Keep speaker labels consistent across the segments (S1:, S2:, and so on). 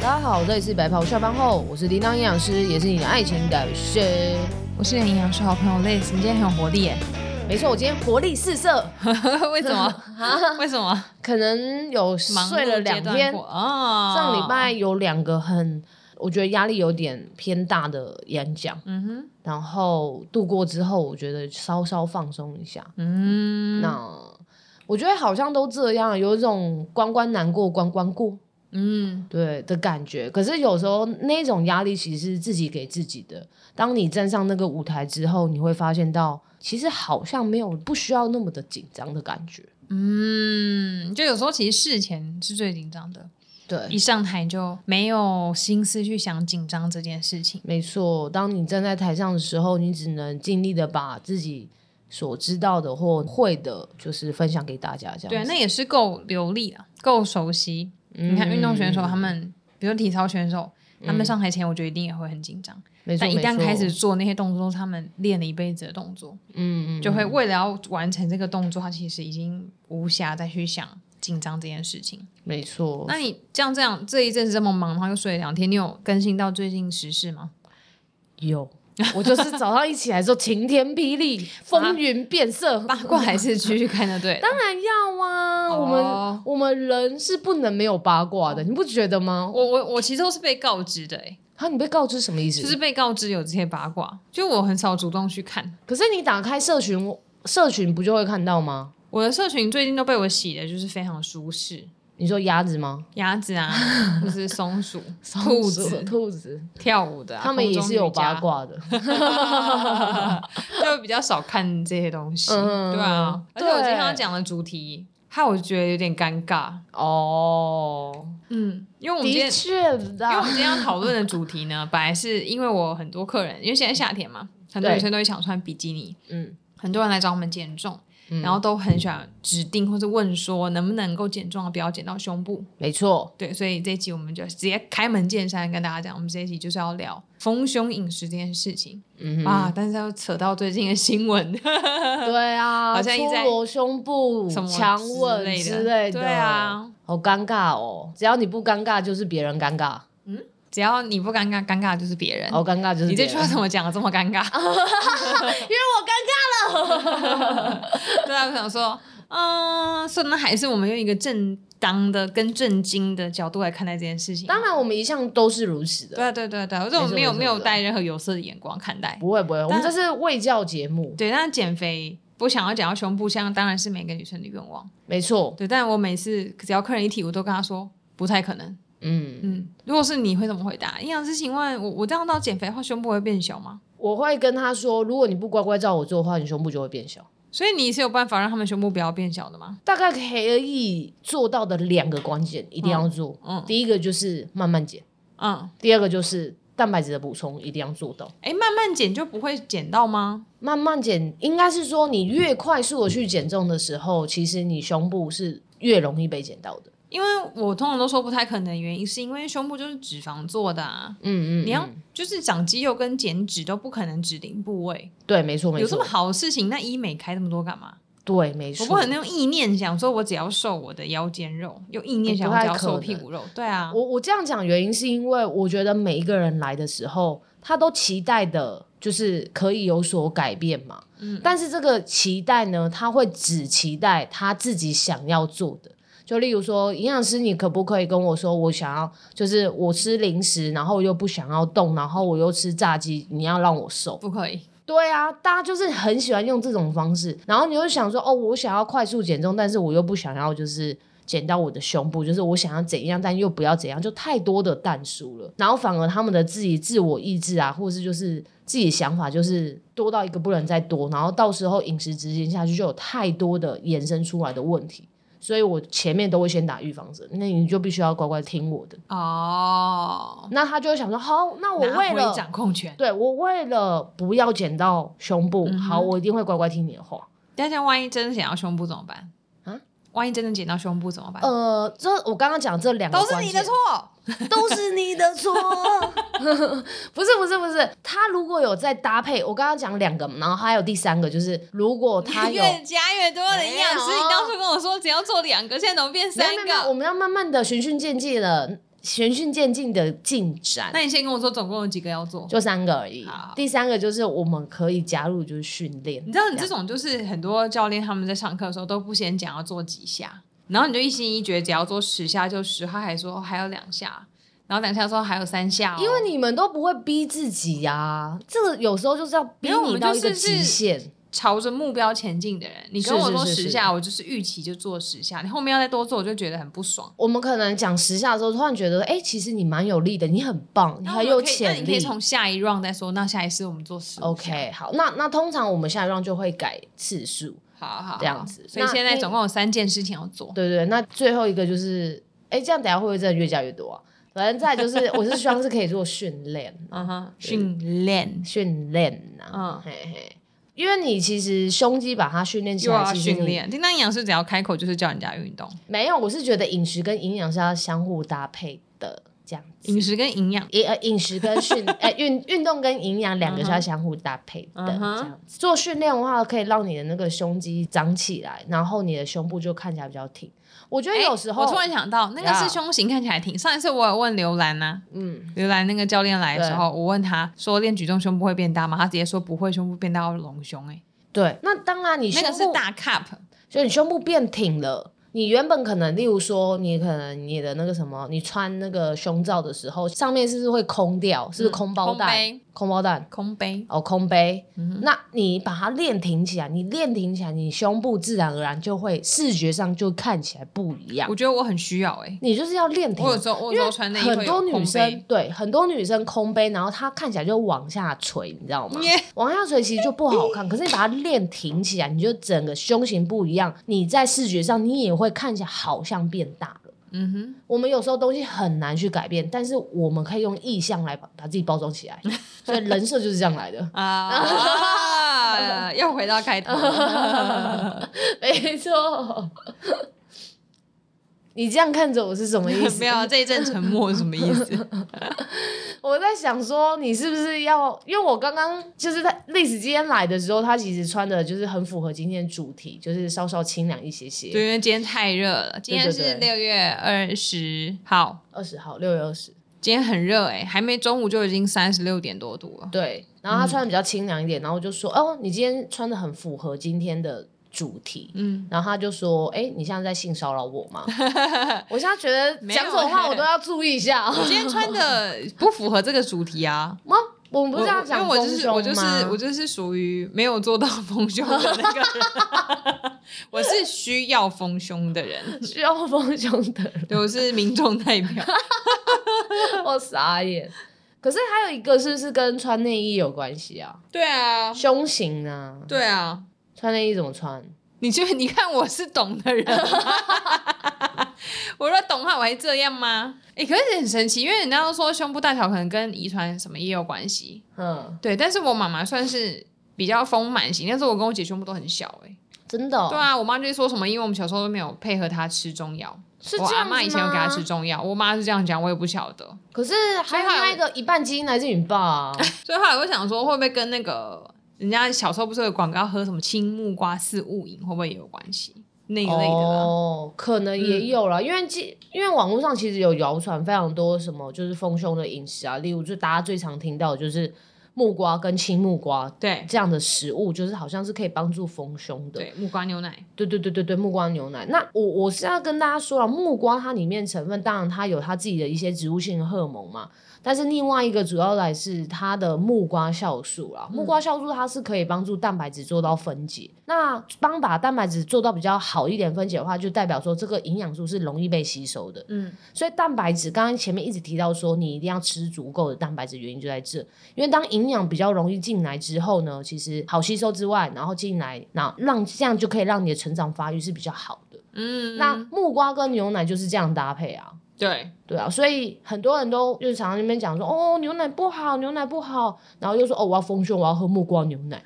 S1: 大家好，这里是白袍下班后，我是叮当营养师，也是你的爱情导师。
S2: 我是你的营养师好朋友 Liz，你今天很有活力耶？
S1: 没错，我今天活力四射，
S2: 为什么？为什么？
S1: 可能有
S2: 忙
S1: 睡了两天。
S2: 啊，哦
S1: 上礼拜，有两个很，我觉得压力有点偏大的演讲，
S2: 嗯哼，
S1: 然后度过之后，我觉得稍稍放松一下。
S2: 嗯，
S1: 那我觉得好像都这样，有一种关关难过关关过。
S2: 嗯，
S1: 对的感觉。可是有时候那种压力其实是自己给自己的。当你站上那个舞台之后，你会发现到，其实好像没有不需要那么的紧张的感觉。
S2: 嗯，就有时候其实事前是最紧张的，一
S1: 对，
S2: 上台就没有心思去想紧张这件事情。
S1: 没错。当你站在台上的时候，你只能尽力的把自己所知道的或会的，就是分享给大家。这样
S2: 对，啊
S1: 子
S2: 那也是够流利啊，够熟悉。你看运动选手他，们，比如体操选手，他们上台前我觉得一定也会很紧张，
S1: 嗯没错，
S2: 但一旦
S1: 没错
S2: 开始，做那些动作，都是他们练了一辈子的动作。
S1: 嗯，嗯
S2: 就会
S1: 嗯
S2: 为了要完成这个动作，他其实已经无暇再去想紧张这件事情。
S1: 没错。
S2: 那你这样这样这一阵子这么忙，然后又睡了两天，你有更新到最近时事吗？
S1: 有，我就是早上一起来的时候晴天霹雳，风云变色，
S2: 八卦还是继续看 的对了。
S1: 当然要啊，
S2: 哦
S1: 我们我们人是不能没有八卦的，你不觉得吗？
S2: 我我我其实都是被告知的、欸，
S1: 啊，你被告知什么意思？
S2: 就是被告知有这些八卦，就我很少主动去看。
S1: 可是你打开社群，社群不就会看到吗？
S2: 我的社群最近都被我洗的，就是非常舒适，
S1: 你说鸭子吗？
S2: 鸭 子啊，或是松鼠、兔子、
S1: 兔子，
S2: 跳舞的啊、
S1: 他们也是有八
S2: 空
S1: 卦的。
S2: 中瑜伽， 就比较少看这些东西。
S1: 嗯
S2: 对啊，而且
S1: 对
S2: 我今天要讲的主题，害我觉得有点尴尬。
S1: 哦，
S2: 嗯，因为我们今天
S1: 的，确
S2: 因为我们
S1: 的，
S2: 今天要讨论的主题呢， 本来是因为我很多客人，因为现在夏天嘛，很多
S1: 对
S2: 女生都会想穿比基尼，
S1: 嗯，
S2: 很多人来找我们减重，
S1: 嗯
S2: 然后都很喜欢指定或是问说能不能够减重啊，不要减到胸部。
S1: 没错，
S2: 对，所以这一集我们就直接开门见山跟大家讲，我们这一集就是要聊丰胸饮食这件事情、
S1: 嗯哼，
S2: 啊，但是要扯到最近的新闻，
S1: 对啊，
S2: 好像一直在
S1: 搓揉胸部、
S2: 什么
S1: 强吻
S2: 之类的
S1: 之类的，
S2: 对啊，
S1: 好尴尬哦。只要你不尴尬，就是别人尴尬，
S2: 只要你不尴尬，尴尬就是别人。
S1: 好尴尬哦就是
S2: 嗯你
S1: 别
S2: 这句话
S1: 人。
S2: 怎么讲的这么尴 尬？
S1: 因为我尴尬。
S2: 对啊，我想说，嗯，所以那还是我们用一个正当的、跟正经的角度来看待这件事情。
S1: 当然，我们一向都是如此
S2: 对
S1: 的，
S2: 啊，对对对，我这种
S1: 没错
S2: 没有
S1: 没错
S2: 没有
S1: 没错
S2: 带任何有色的眼光看待。
S1: 不会不会，我们
S2: 但
S1: 这是卫教节目，
S2: 对，但减肥不想要讲到胸部，像当然是每个女生的愿望。
S1: 没错，
S2: 对，但我每次只要客人一提，我都跟他说不太可能。
S1: 嗯，
S2: 嗯，如果是你会怎么回答？营养师，请问我我这样到减肥的话，胸部会变小吗？
S1: 我会跟他说，如果你不乖乖照我做的话，你胸部就会变小，
S2: 所以你是有办法让他们胸部不要变小的吗？
S1: 大概可以做到的两个关键一定要做，
S2: 嗯
S1: 第一个就是慢慢减，
S2: 嗯，
S1: 第二个就是蛋白质的补充一定要做到。
S2: 哎，慢慢减就不会减到吗？
S1: 慢慢减，应该是说你越快速的去减重的时候，其实你胸部是越容易被减到的。
S2: 因为我通常都说不太可能，原因是因为胸部就是脂肪做的啊。
S1: 嗯嗯，
S2: 你要
S1: 嗯
S2: 就是长肌肉跟减脂都不可能指定部位，
S1: 对，没错没
S2: 有这么
S1: 错，
S2: 好的事情，那医美开这么多干嘛？
S1: 对，没错。
S2: 我不可能用意念想说，我只要瘦我的腰间肉，用意念想
S1: 不
S2: 我
S1: 太
S2: 只要
S1: 可
S2: 瘦
S1: 能
S2: 屁股肉，对啊，
S1: 我我这样讲原因是因为我觉得每一个人来的时候，他都期待的就是可以有所改变嘛。
S2: 嗯
S1: 但是这个期待呢，他会只期待他自己想要做的。就例如说，营养师，你可不可以跟我说，我想要就是我吃零食，然后又不想要动，然后我又吃炸鸡，你要让我瘦？
S2: 不可以。
S1: 对啊，大家就是很喜欢用这种方式，然后你就想说，哦，我想要快速减重，但是我又不想要就是减到我的胸部，就是我想要怎样，但又不要怎样，就太多的淡书了，然后反而他们的自己自我意志啊，或者是就是自己想法就是多到一个不能再多，然后到时候饮食执行下去就有太多的衍生出来的问题。所以我前面都会先打预防针，那你就必须要乖乖听我的。
S2: 哦，
S1: 那他就会想说，好，那我
S2: 拿
S1: 为了
S2: 回掌控权。
S1: 对我为了不要剪到胸部，好，我一定会乖乖听你的话。
S2: 但是万一真的减到胸部怎么办？
S1: 啊
S2: 啊，万一真的减到胸部怎么办？
S1: 呃，这我刚刚讲这两个
S2: 都是你的错，
S1: 错，都是你的错。 不是不是不是，他如果有再搭配，我刚刚讲两个嘛，然后还有第三个就是，如果他有
S2: 越加越多的营养师，
S1: 没有
S2: 你当初跟我说只要做两个，现在怎么变
S1: 没有
S2: 三
S1: 没有没有我
S2: 个？
S1: 们要慢慢的循序渐进的。循序渐进的进展
S2: 那。你先跟我说总共有几个要做？
S1: 就三个而已
S2: 好。
S1: 第三个就是我们可以加入就是训练
S2: 你，知道你这种就是很多教练他们在上课的时候都不先讲要做几下，然后你就一心一决只要做十下就十，他还说哦还有两下，然后两下之后还有三下哦、
S1: 因为你们都不会逼自己呀、这个有时候就是要逼
S2: 没有我
S1: 你
S2: 们
S1: 到
S2: 就
S1: 一个
S2: 是是
S1: 极限。
S2: 朝着目标前进的人，你跟我说
S1: 是是是
S2: 十下，我就是预期就做十下，你后面要再多做，我就觉得很不爽。
S1: 我们可能讲十下的时候，突然觉得，哎、其实你蛮有力的，你很棒，你很有
S2: 那
S1: 潜
S2: 你可以
S1: 力。
S2: 从下一 round 再说，那下一次我们做十。
S1: OK，好，那那通常我们下一 round 就会改次数，
S2: 好好好
S1: 这样子
S2: 所以
S1: 那
S2: 现在
S1: 那
S2: 总共有三件事情要做。
S1: 对对。那最后一个就是，哎、这样等一下会不会真的越加越多啊？反正再来就是，我是希望是可以做训练，
S2: 嗯哼，训练
S1: 训练呐，
S2: 嗯
S1: 嘿嘿。因为你其实胸肌把它训练起
S2: 又
S1: 来，
S2: 要
S1: 其实
S2: 训
S1: 你
S2: 练。叮当营养师只要开口就是叫人家运动，
S1: 没有，我是觉得饮食跟营养是要相互搭配的，这样子。
S2: 饮食跟营养。
S1: 饮呃饮食跟训呃运运动跟营养两个是要相互搭配的
S2: 嗯哼
S1: 这样子。做训练的话，可以让你的那个胸肌长起来，然后你的胸部就看起来比较挺。我觉得
S2: 诶
S1: 有时候、
S2: 哎我突然想到，那个
S1: 呀
S2: 是胸型看起来挺。上一次我有问刘兰呐、
S1: 嗯，
S2: 刘兰那个教练来的时候，我问他说练举重胸部会变大吗？他直接说不会，胸部变大要隆胸、欸。
S1: 对，那当然你
S2: 那
S1: 胸
S2: 个
S1: 部，
S2: 是大 cup，
S1: 所以你胸部变挺了。你原本可能，例如说，你可能你的那个什么，你穿那个胸罩的时候，上面是不是会空掉？是不是空包
S2: 嗯空
S1: 带？
S2: 杯，
S1: 空包带。
S2: 空杯。
S1: 哦，空杯，
S2: 嗯
S1: 那你把它练挺起来，你练挺起来，你胸部自然而然就会视觉上就看起来不一样
S2: 我。觉得我很需要哎、
S1: 你就是要练挺
S2: 我，有时候我
S1: 啊因
S2: 有时
S1: 为
S2: 候穿内衣
S1: 很
S2: 会有
S1: 多女
S2: 空
S1: 生
S2: 杯，
S1: 对很多女生空杯，然后她看起来就往下垂，你知道吗
S2: Yeah
S1: 往下垂其实就不好 看，可是你把它练挺起来，你就整个胸型不一样，你在视觉上你也会看起来好像变大了。
S2: 嗯哼，
S1: 我们有时候东西很难去改变，但是我们可以用意象来把把自己包装起 来，所以人设就是这样来的。
S2: 啊， 啊又回到开头。
S1: 没错。 你这样看着我是什么意 思
S2: 没？有这一阵沉默是什么意思？
S1: 我在想说，你是不是要？因为我刚刚就是在历史今天来的时候，他其实穿的就是很符合今天主题，就是稍稍清凉一些
S2: 对，
S1: 些。
S2: 因为今天太热了。今天
S1: 对
S2: 是
S1: 对
S2: 六月二十号，
S1: 二十号，六月二十，
S2: 今天很热哎、还没中午就已经三十六点多度了。
S1: 对。然后
S2: 嗯
S1: 他穿的比较清凉一点，然后我就说：“哦，你今天穿的很符合今天的主题。”
S2: 嗯，
S1: 然后他就说：“哎、你现在在性骚扰我吗？” 我现在觉得
S2: 没有欸
S1: 讲什么话我都要注意一下。
S2: 我 今天穿的不符合这个主题啊。
S1: 吗？我们不是要
S2: 我因为
S1: 讲
S2: 我就
S1: 丰
S2: 是
S1: 胸
S2: 我就是
S1: 吗
S2: 我就是属于没有做到丰胸的那个人， 我是需要丰胸的人，
S1: 需要丰胸的 人，
S2: 对，我是民众代 表。
S1: 我傻眼。可是还有一个是不是跟穿内衣有关系啊？
S2: 对啊，
S1: 胸型啊，
S2: 对啊，
S1: 穿内衣怎么穿？
S2: 你觉得你看我是懂的人 吗我说懂的话我还这样吗？哎、可是很神奇，因为人家都说胸部大小可能跟遗传什么也有关系，
S1: 嗯，
S2: 对，但是我妈妈算是比较丰满型，但是我跟我姐胸部都很小、哎。
S1: 真的、哦，
S2: 对啊，我妈就会说什么，因为我们小时候都没有配合她吃中药。
S1: 是
S2: 我
S1: 这
S2: 阿
S1: 样
S2: 妈
S1: 子
S2: 以前有给她吃
S1: 吗
S2: 中药，我妈是这样讲，我也不晓得。
S1: 可是还有
S2: 所以她
S1: 另
S2: 有
S1: 外一个一半基因来自于你爸、啊，
S2: 所以后来我想说，会不会跟那个人家小时候不是有广告喝什么青木瓜四物饮，会不会也有关系？那一类的啦。
S1: 哦，可能也有
S2: 嗯
S1: 啦，因为基因为网络上其实有谣传非常多什么就是丰胸的饮食啊，例如就大家最常听到的就是木瓜跟青木瓜
S2: 对
S1: 这样的食物，就是好像是可以帮助丰胸的。
S2: 对，木瓜牛奶。
S1: 对对对对对，木瓜牛奶。那我我是要跟大家说了，木瓜它里面成分，当然它有它自己的一些植物性的荷尔蒙嘛，但是另外一个主要来是它的木瓜酵素啦。木瓜酵素它是可以帮助蛋白质做到分解，那帮把蛋白质做到比较好一点分解的话，就代表说这个营养素是容易被吸收的。
S2: 嗯，
S1: 所以蛋白质，刚刚前面一直提到说，你一定要吃足够的蛋白质，原因就在这。因为当营养比较容易进来之后呢，其实好吸收之外，然后进来，那让这样就可以让你的成长发育是比较好的。
S2: 嗯，
S1: 那木瓜跟牛奶就是这样搭配啊。
S2: 对，
S1: 对啊，所以很多人都就是常常那边讲说，哦，牛奶不好，牛奶不好，然后又说，哦，我要丰胸，我要喝木瓜牛奶。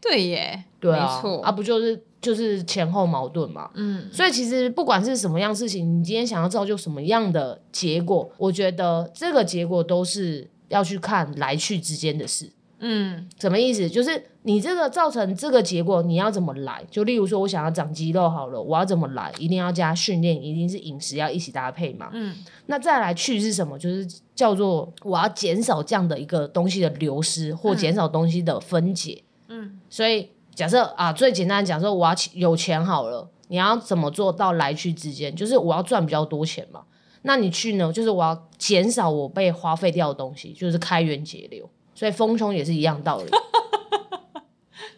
S2: 对耶，
S1: 对啊，
S2: 没错
S1: 啊，不就是就是前后矛盾嘛。
S2: 嗯，
S1: 所以其实不管是什么样事情，你今天想要造就什么样的结果，我觉得这个结果都是要去看来去之间的事。
S2: 嗯，
S1: 什么意思？就是你这个造成这个结果，你要怎么来？就例如说，我想要长肌肉好了，我要怎么来？一定要加训练，一定是饮食要一起搭配嘛。
S2: 嗯，
S1: 那再来去是什么？就是叫做我要减少这样的一个东西的流失，或减少东西的分解。
S2: 嗯，
S1: 所以假设啊，最简单地讲说，我要起有钱好了，你要怎么做到来去之间？就是我要赚比较多钱嘛。那你去呢？就是我要减少我被花费掉的东西，就是开源节流。所以丰胸也是一样道理。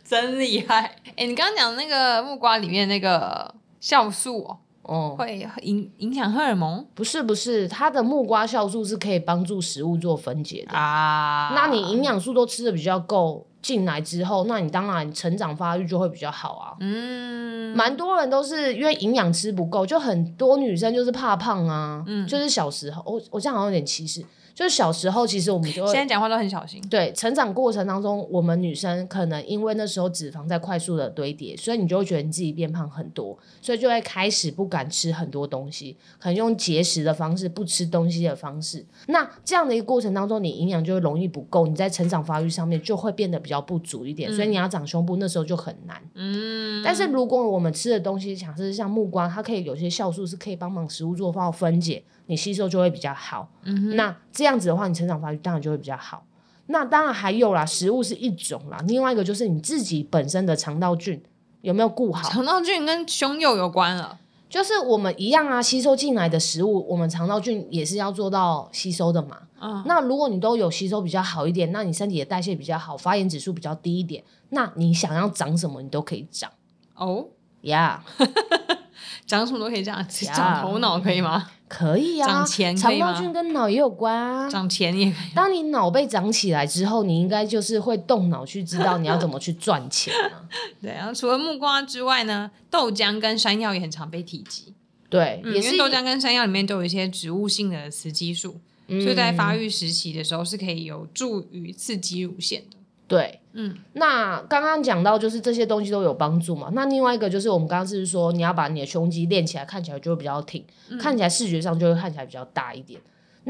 S2: 真厉 害。哎、你刚刚讲那个木瓜里面那个酵素哦，
S1: 哦、
S2: 会影影响荷尔蒙
S1: 不是不是，它的木瓜酵素是可以帮助食物做分解的。
S2: 啊
S1: 那你营养素都吃的比较够进来之后，那你当然成长发育就会比较好啊。
S2: 嗯
S1: 蛮多人都是因为营养吃不够，就很多女生就是怕胖啊，
S2: 嗯
S1: 就是小时候，我我这样好像有点歧视，就是小时候其实我们就
S2: 现
S1: 会
S2: 在讲话都很小心。
S1: 对成长过程当中，我们女生可能因为那时候脂肪在快速的堆叠，所以你就会觉得你自己变胖很多，所以就会开始不敢吃很多东西，可能用节食的方式，不吃东西的方式。那这样的一个过程当中，你营养就会容易不够，你在成长发育上面就会变得比较不足一点，所以你要长胸部那时候就很难。
S2: 嗯，
S1: 但是如果我们吃的东西，像是像木瓜，它可以有些酵素是可以帮忙食物做到分解，你吸收就会比较好。嗯、那这样子的话，你成长发育当然就会比较好。那当然还有啦，食物是一种啦，另外一个就是你自己本身的肠道菌有没有顾好，
S2: 肠道菌跟胸佑有关了。
S1: 就是我们一样啊，吸收进来的食物，我们肠道菌也是要做到吸收的嘛。
S2: 嗯
S1: 那如果你都有吸收比较好一点，那你身体的代谢比较好，发炎指数比较低一点，那你想要长什么你都可以长
S2: 哦，
S1: 呀。Yeah
S2: 讲什么都可以讲，
S1: 呀
S2: 长头脑可以吗？
S1: 可以啊，
S2: 长钱可
S1: 肠
S2: 以
S1: 道
S2: 吗
S1: 菌跟脑也有关啊。
S2: 长钱也可以。
S1: 当你脑被长起来之后，你应该就是会动脑去知道你要怎么去赚钱啊。
S2: 对，然后除了木瓜之外呢，豆浆跟山药也很常被提及。
S1: 对，
S2: 嗯，
S1: 也
S2: 因
S1: 是
S2: 为豆浆跟山药里面都有一些植物性的雌激素，所以在发育时期的时候是可以有助于刺激乳腺的。
S1: 对。
S2: 嗯，
S1: 那刚刚讲到就是这些东西都有帮助嘛。那另外一个就是我们刚刚是说你要把你的胸肌练起来，看起来就会比较挺，看起来视觉上就会看起来比较大一点。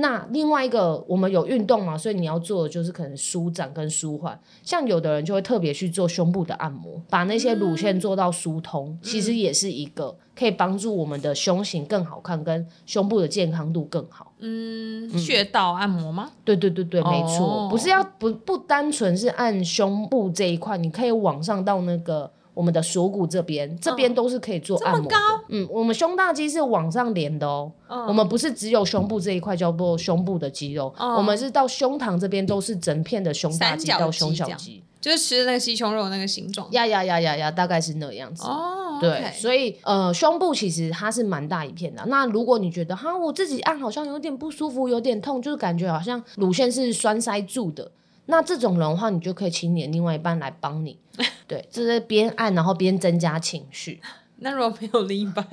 S1: 那另外一个，我们有运动嘛，所以你要做的就是可能舒展跟舒缓。像有的人就会特别去做胸部的按摩，把那些乳腺做到疏通，其实也是一个可以帮助我们的胸型更好看，跟胸部的健康度更好。
S2: 嗯，穴道按摩吗？
S1: 对对对对，没错，
S2: 哦
S1: 不是要不不单纯是按胸部这一块，你可以往上到那个我们的锁骨这边，
S2: 嗯
S1: 这边都是可以做按摩的。嗯，我们胸大肌是往上连的哦，
S2: 嗯
S1: 我们不是只有胸部这一块叫做胸部的肌肉，我们是到胸膛这边都是整片的胸大
S2: 嗯三
S1: 肌
S2: 角
S1: 到
S2: 肌
S1: 胸
S2: 这
S1: 小
S2: 样
S1: 肌，
S2: 就是吃那个鸡胸肉那个形状。
S1: 呀呀呀呀呀，大概是那样子。
S2: 哦，
S1: 对
S2: OK
S1: 所以呃，胸部其实它是蛮大一片的。啊那如果你觉得哈，我自己按好像有点不舒服，有点痛，就是感觉好像乳腺是栓塞住的。那这种人的话，你就可以请你的另外一半来帮 你。对，这是边按然后边增加情绪。
S2: 那如果没有另一半，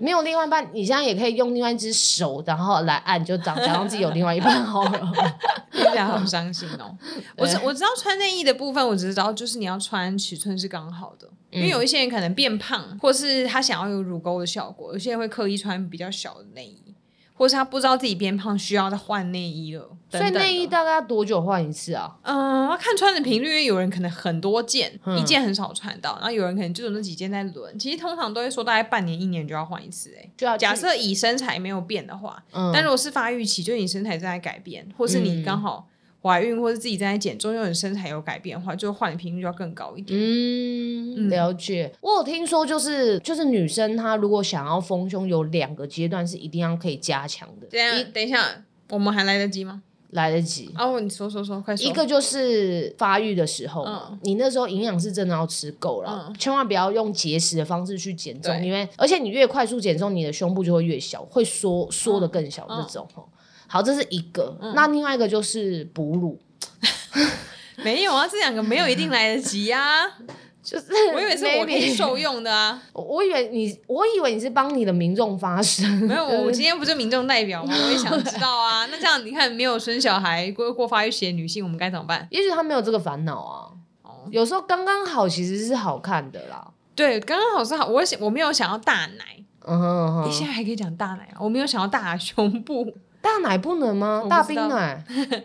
S1: 没有另外一半，你现在也可以用另外一只手，然后来按，就假假装自己有另外一半好 了。
S2: 听起来好伤心 哦。我知我知道穿内衣的部分，我只知道就是你要穿尺寸是刚好的，因
S1: 嗯
S2: 为有一些人可能变胖，或是他想要有乳沟的效果，有些人会刻意穿比较小的内衣，或是他不知道自己变胖需要再换内衣了。
S1: 所以
S2: 等等的
S1: 内衣，大概要多久换一次啊？
S2: 嗯、要看穿的频率，因为有人可能很多件，
S1: 嗯
S2: 一件很少穿到，然后有人可能就有那几件在轮。其实通常都会说大概半年一年就要换一次、欸，
S1: 就要
S2: 假
S1: 去
S2: 设以身材没有变的话，
S1: 哦嗯
S2: 但如果是发育期，就是你身材正在改变，或是你刚好怀孕，或是自己正在减重，又你身材有改变的话，就换的频率就要更高一点。
S1: 嗯，了解。我有听说，就是就是女生她如果想要丰胸，有两个阶段是一定要可以加强的，
S2: 等一
S1: 嗯一
S2: 下，等一下，我们还来得及吗？
S1: 来得及。
S2: 哦，你说说说，快说。
S1: 一个就是发育的时候嘛，
S2: 嗯
S1: 你那时候营养是真的要吃够了，
S2: 嗯
S1: 千万不要用节食的方式去减重，
S2: 对
S1: 因为而且你越快速减重，你的胸部就会越小，会
S2: 嗯
S1: 缩缩的更小这种。哦好，这是一个。那另外一个就是哺乳，
S2: 没有啊，这两个没有一定来得及呀、 啊。
S1: 就是
S2: 我以为是我可以
S1: maybe
S2: 受用的啊，
S1: 我我以为你，我以为你是帮你的民众发声，
S2: 没有，我今天不是民众代表吗？我也想知道啊。那这样你看，没有生小孩过过发育期的女性，我们该怎么办？
S1: 也许他没有这个烦恼啊。
S2: 哦
S1: 有时候刚刚好其实是好看的啦。
S2: 对，刚刚好是好，我想我没有想要大奶，
S1: 嗯哼嗯
S2: 你现
S1: 哼，
S2: 在还可以讲大奶啊，我没有想要大胸部，
S1: 大奶不能吗
S2: 我？不
S1: 大
S2: 知
S1: 冰
S2: 道
S1: 奶，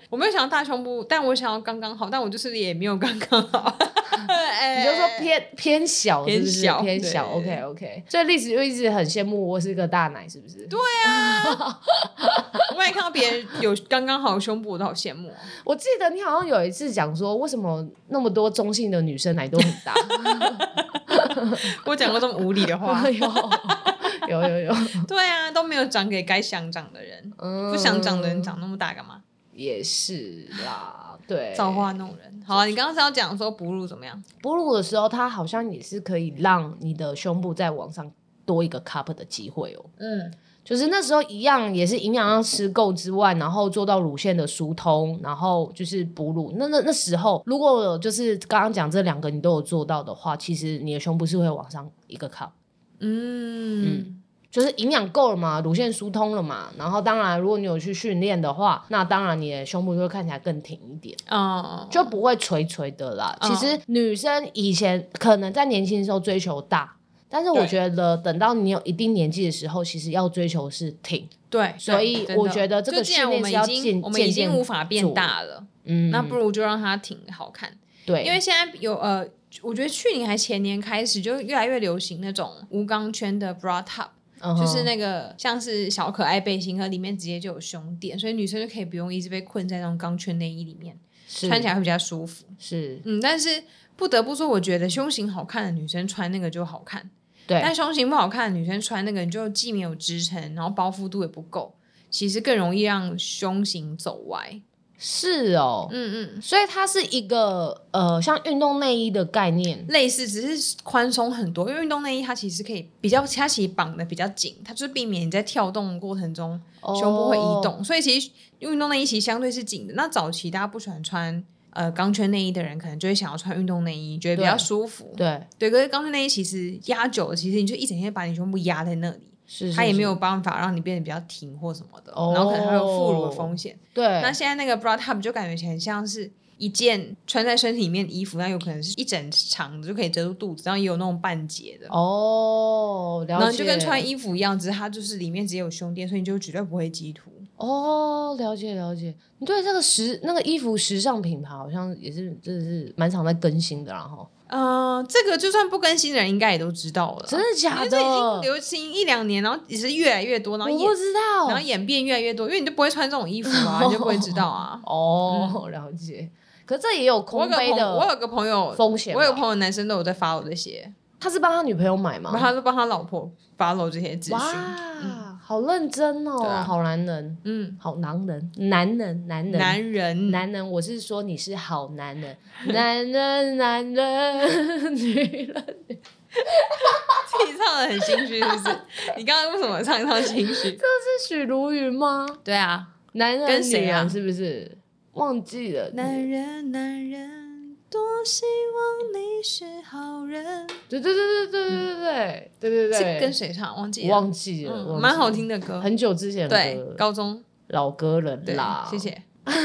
S2: 我没有想要大胸部，但我想要刚刚好，但我就是也没有刚刚好。 哎
S1: 你
S2: 你
S1: 就说偏偏小是不是，
S2: 偏小
S1: 偏
S2: 对
S1: 小。OK OK，所以历史就一直很羡慕我是个大奶，是不是？对，
S2: 啊我也看到别人有刚刚好的胸部，我都好羡慕哦。
S1: 我记得你好像有一次讲说，为什么那么多中性的女生奶都很 大？
S2: 我讲过这么无理 的话
S1: 哎，呦有有有，
S2: 对啊，都没有长给该想长的人，
S1: 嗯
S2: 不想长的人长那么大干嘛？
S1: 也是啦，对，
S2: 造化弄人。好啊，你刚刚是要讲说哺乳怎么样？
S1: 哺乳的时候，它好像也是可以让你的胸部再往上多一个 cup 的机会哦。
S2: 嗯，
S1: 就是那时候一样，也是营养要吃够之外，然后做到乳腺的疏通，然后就是哺乳。那那那时候，如果就是刚刚讲这两个你都有做到的话，其实你的胸部是会往上一个 cup。
S2: 嗯，
S1: 就是营养够了嘛，乳腺疏通了嘛，然后当然，如果你有去训练的话，那当然你的胸部就会看起来更挺一点。
S2: 哦，
S1: 就不会垂垂的啦。
S2: 嗯
S1: 其实女生以前可能在年轻的时候追求大，但是我
S2: 对
S1: 觉得等到你有一定年纪的时候，其实要追求是挺，
S2: 对，
S1: 所以
S2: 对
S1: 我
S2: 真
S1: 觉
S2: 的
S1: 得这个
S2: 就既然
S1: 训练
S2: 我们
S1: 是要
S2: 已经
S1: 渐
S2: 我们已
S1: 渐
S2: 经
S1: 渐
S2: 无法变
S1: 做
S2: 大了，
S1: 嗯，
S2: 那不如就让它挺好看。
S1: 对，
S2: 因为现在有呃，我觉得去年还前年开始就越来越流行那种无钢圈的 bra top，、
S1: 嗯哼
S2: 就是那个像是小可爱背心，和里面直接就有胸垫，所以女生就可以不用一直被困在那种钢圈内衣里面，
S1: 是
S2: 穿起来会比较舒服。
S1: 是
S2: 嗯，但是不得不说，我觉得胸型好看的女生穿那个就好看，
S1: 对
S2: 但胸型不好看的女生穿那个，你就既没有支撑，然后包覆度也不够，其实更容易让胸型走歪。
S1: 是哦。
S2: 嗯嗯，
S1: 所以它是一个呃，像运动内衣的概念，
S2: 类似，只是宽松很多，因为运动内衣它其实可以比较，它其实绑的比较紧，它就是避免你在跳动的过程中胸部会
S1: 哦
S2: 移动，所以其实运动内衣其实相对是紧的。那早期大家不喜欢穿呃钢圈内衣的人，可能就会想要穿运动内衣，觉得比较
S1: 对
S2: 舒服
S1: 哦。对，
S2: 对，可是钢圈内衣其实压久了，其实你就一整天把你胸部压在那里，
S1: 是
S2: 它
S1: 是
S2: 也没
S1: 是
S2: 有办法让你变得比较挺或什么的，
S1: 哦
S2: 然后可能还有副乳的风险。
S1: 对
S2: 那现在那个 bra top 就感觉很像是一件穿在身体里面的衣服，那有可能是一整长的就可以遮住肚子，然后也有那种半截的。
S1: 哦，了
S2: 然后
S1: 解，
S2: 就跟穿衣服一样，只是它就是里面只有胸垫，所以你就绝对不会激突。
S1: 哦，了解了解。你对这个时那个衣服时尚品牌好像也是，真的是蛮常在更新的啦，然后
S2: 嗯、这个就算不更新的人应该也都知道了啦，
S1: 真的假
S2: 因为这已经
S1: 的？
S2: 流行一两年，然后也是越来越多，然后
S1: 我
S2: 演
S1: 不知道
S2: 然后。演变越来越多，因为你就不会穿这种衣服啊，你就不会知道啊。
S1: 哦，了解。可这也有
S2: 我有
S1: 空
S2: 个
S1: 杯
S2: 朋友，我
S1: 的
S2: 有个朋友，
S1: 风险吧。
S2: 我有个朋友男生都有在发我这些，
S1: 他是帮他女朋友买
S2: 然后
S1: 吗？
S2: 他都帮他老婆 follow 这些资
S1: 哇
S2: 讯。，
S1: 好认真哦
S2: 对，啊
S1: 好男人，
S2: 嗯，
S1: 好男人，男人，男人，
S2: 男人，
S1: 男人，我是说你是好男人，男人，男人，女人，
S2: 自己唱的很心虚，是不是？ 你刚刚为什么唱一唱心虚？
S1: 这是许茹芸吗？
S2: 对啊，
S1: 男人
S2: 跟谁
S1: 女
S2: 啊
S1: 人是不是？忘记了，
S2: 男人，男人，多希望你是好人。
S1: 对对对对对对对对对
S2: 是
S1: 对
S2: 跟
S1: 对，
S2: 谁唱？忘记
S1: 我
S2: 了，
S1: 忘记了，忘
S2: 嗯
S1: 记
S2: 蛮好
S1: 了，
S2: 听的歌。
S1: 很久之前的
S2: 对，
S1: 歌，
S2: 高中
S1: 老歌人
S2: 对
S1: 啦，，
S2: 谢。谢。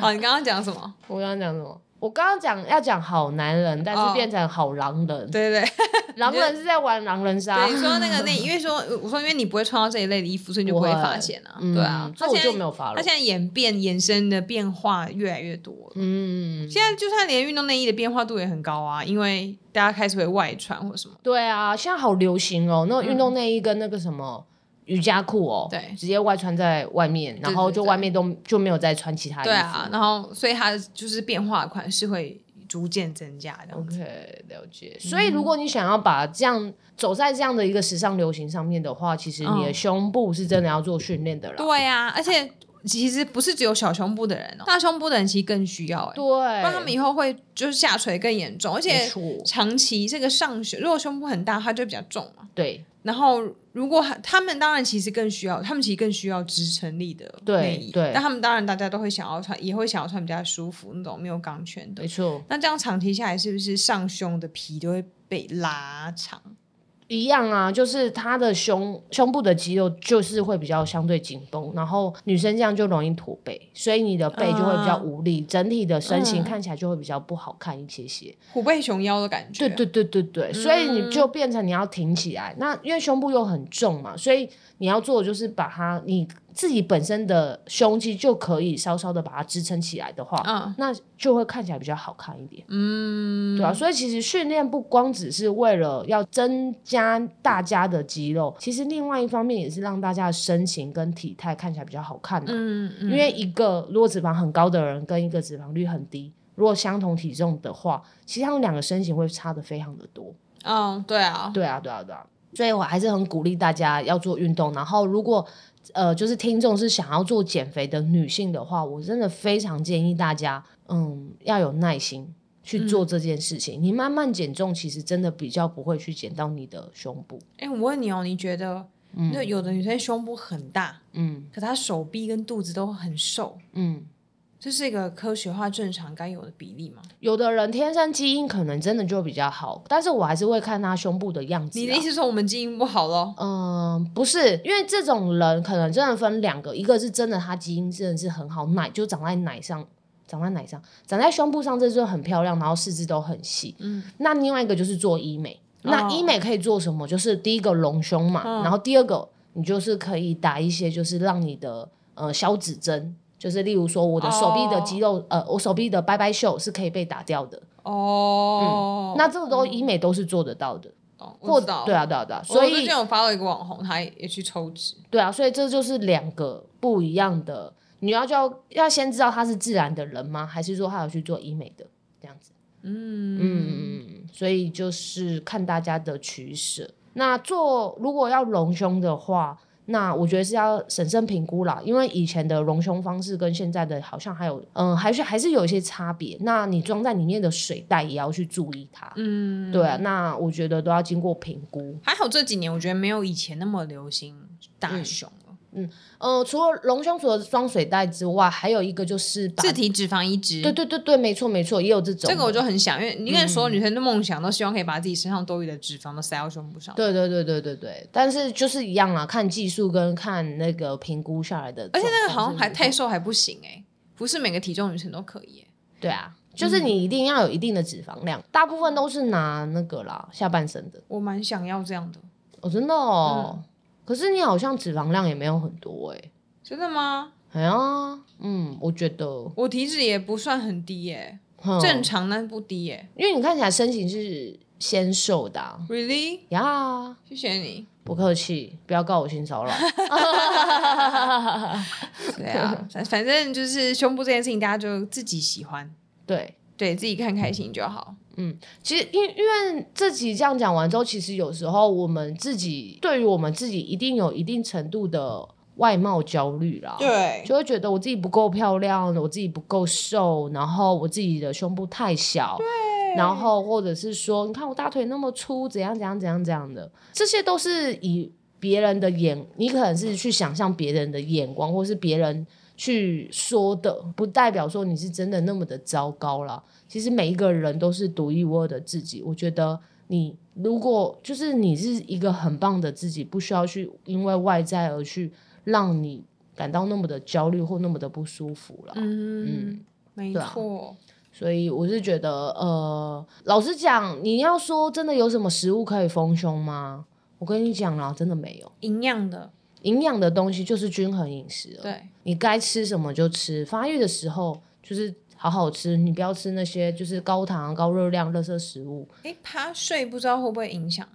S2: 好，你刚刚讲什么？
S1: 我刚刚讲什么？我刚刚讲要讲好男人，但
S2: 哦
S1: 是变成好狼人，
S2: 对对对。
S1: 狼人是在玩狼人杀
S2: 对，，你说那个 内，因为说呃我说因为你不会穿到这一类的衣服，所以你就不
S1: 不
S2: 会
S1: 会
S2: 发现啊。
S1: 嗯
S2: 对啊，
S1: 所
S2: 他
S1: 以我
S2: 现
S1: 就没
S2: 在
S1: 有发
S2: 他
S1: 了
S2: 现。在演变衍生的变化越来越多了。
S1: 嗯，
S2: 现在就算连运动内衣的变化度也很高啊，因为大家开始会外穿或什么。
S1: 对啊，现在好流行哦，那个运动内衣跟那个什么。瑜伽裤哦，
S2: 嗯对
S1: 直接外穿在外面，然后
S2: 对对
S1: 就
S2: 对
S1: 外面都就没有再穿其他衣服。
S2: 对啊，然后所以它就是变化的款式会逐渐增加这样子。
S1: OK，了解。所以如果你想要把这样走在这样的一个时尚流行上面的话，其实你的
S2: 嗯
S1: 胸部是真的要做训练的啦。
S2: 对啊，而且其实不是只有小胸部的人哦，大胸部的人其实更需要哎、
S1: 对，
S2: 不然他们以后会就是下垂更严重，而
S1: 没
S2: 且
S1: 错，
S2: 长期这个上学，如果胸部很大，它就比较重嘛。
S1: 对
S2: 然后，如果他们当然其实更需要，他们其实更需要支撑力的
S1: 对
S2: 内衣，
S1: 对
S2: 但他们当然大家都会想要穿，也会想要穿比较舒服那种没有钢圈的
S1: 没。错，
S2: 那这样长期下来，是不是上胸的皮都会被拉长？
S1: 一样啊，就是她的胸胸部的肌肉就是会比较相对紧绷，然后女生这样就容易驼背，所以你的背就会比较
S2: 啊
S1: 无力，整体的身形
S2: 嗯
S1: 看起来就会比较不好看一些些。
S2: 虎背熊腰的感觉。嗯
S1: 对对对对对，所以你就变成你要挺起来。那因为胸部又很重嘛，所以你要做的就是把它，你自己本身的胸肌就可以稍稍的把它支撑起来的话，
S2: 嗯
S1: 那就会看起来比较好看一点，
S2: 嗯，
S1: 对啊，所以其实训练不光只是为了要增加大家的肌肉，其实另外一方面也是让大家的身形跟体态看起来比较好看的、
S2: 嗯，嗯
S1: 因为一个如果脂肪很高的人跟一个脂肪率很低，如果相同体重的话，其实他们两个身形会差的非常的多。
S2: 哦，对啊，
S1: 对啊，对啊，对啊。所以我还是很鼓励大家要做运动。然后，如果呃，就是听众是想要做减肥的女性的话，我真的非常建议大家，嗯，要有耐心去
S2: 嗯
S1: 做这件事情。你慢慢减重，其实真的比较不会去减到你的胸部。
S2: 哎、我问你哦，你觉得
S1: 嗯
S2: 那有的女生胸部很大，
S1: 嗯
S2: 可她手臂跟肚子都很瘦，
S1: 嗯，
S2: 这是一个科学化正常该有的比例吗？
S1: 有的人天生基因可能真的就比较好，但是我还是会看她胸部的样子、啊。
S2: 你的意思说我们基因不好咯？
S1: 嗯，不是，因为这种人可能真的分两个，一个是真的他基因真的是很好，奶就长在奶上，长在奶上，长在胸部上，这就很漂亮，然后四肢都很细。
S2: 嗯，
S1: 那另外一个就是做医美，那
S2: 哦
S1: 医美可以做什么？就是第一个隆胸嘛，
S2: 嗯
S1: 然后第二个你就是可以打一些就是让你的呃消脂针。就是例如说，我的手臂的肌肉呃，我手臂的拜拜袖是可以被打掉的，
S2: 哦，
S1: 那这个都医美都是嗯做得到的，
S2: 懂我
S1: 或
S2: 知道，
S1: 对啊，对啊，对啊，
S2: 我
S1: 所以
S2: 最近有发到一个网红，他也去抽脂，
S1: 对啊，所以这就是两个不一样的。你要就要要先知道他是自然的人吗？还是说他有去做医美的这样子？
S2: 嗯
S1: 嗯，所以就是看大家的取舍。那做如果要隆胸的话，那我觉得是要审慎评估啦，因为以前的隆胸方式跟现在的好像还有，嗯，还是还是有一些差别。那你装在里面的水袋也要去注意它。
S2: 嗯，
S1: 对啊，那我觉得都要经过评估。
S2: 还好这几年我觉得没有以前那么流行
S1: 嗯
S2: 大胸了，
S1: 呃，除了隆胸除了装水袋之外，还有一个就是把
S2: 自体脂肪移植，
S1: 对对对对，没错没错，也有这种的。
S2: 这个我就很想，因为你看所有
S1: 嗯
S2: 女生的梦想都希望可以把自己身上多余的脂肪都塞到胸部上，
S1: 对对对对对对，但是就是一样啦，啊看技术跟看那个评估下来的状况
S2: 而且
S1: 是如何。
S2: 那个好像还太瘦还不行哎、不是每个体重女生都可以、欸。
S1: 对啊，
S2: 嗯
S1: 就是你一定要有一定的脂肪量，大部分都是拿那个啦下半身的。
S2: 我蛮想要这样的，
S1: 哦，真的哦，
S2: 嗯
S1: 可是你好像脂肪量也没有很多哎、欸。
S2: 真的吗？
S1: 哎呀，嗯，我觉得
S2: 我体脂也不算很低耶、
S1: 哼
S2: 正常但不低欸耶、
S1: 因为你看起来身形是纤瘦的、啊、
S2: Really？
S1: 呀。
S2: 谢谢 你。
S1: 不客气，不要告我性 骚扰。
S2: 对啊，反反正就是胸部这件事情，大家就自己喜欢，
S1: 对，
S2: 对自己看开心就好。
S1: 其实因因为自己这样讲完之后，其实有时候我们自己对于我们自己一定有一定程度的外貌焦虑啦。。
S2: 对，
S1: 就会觉得我自己不够漂亮，我自己不够瘦，然后我自己的胸部太小，对，然后或者是说，你看我大腿那么粗，怎样怎样怎样怎样的，这些都是以别人的眼，你可能是去想象别人的眼光，或是别人去说的，不代表说你是真的那么的糟糕啦。其实每一个人都是独一无二的自己，我觉得。你如果就是你是一个很棒的自己，不需要去因为外在而去让你感到那么的焦虑或那么的不舒服了。
S2: 嗯
S1: 嗯
S2: 没
S1: 对啊
S2: 错，
S1: 所以我是觉得，呃，老实讲，你要说真的有什么食物可以丰胸吗？我跟你讲啦，真的没有。
S2: 营养的，
S1: 营养的东西就是均衡饮食了，
S2: 对，
S1: 你该吃什么就吃。发育的时候就是好好吃，你不要吃那些就是高糖、高热量、垃圾食物。
S2: 哎，趴睡不知道会不会影响？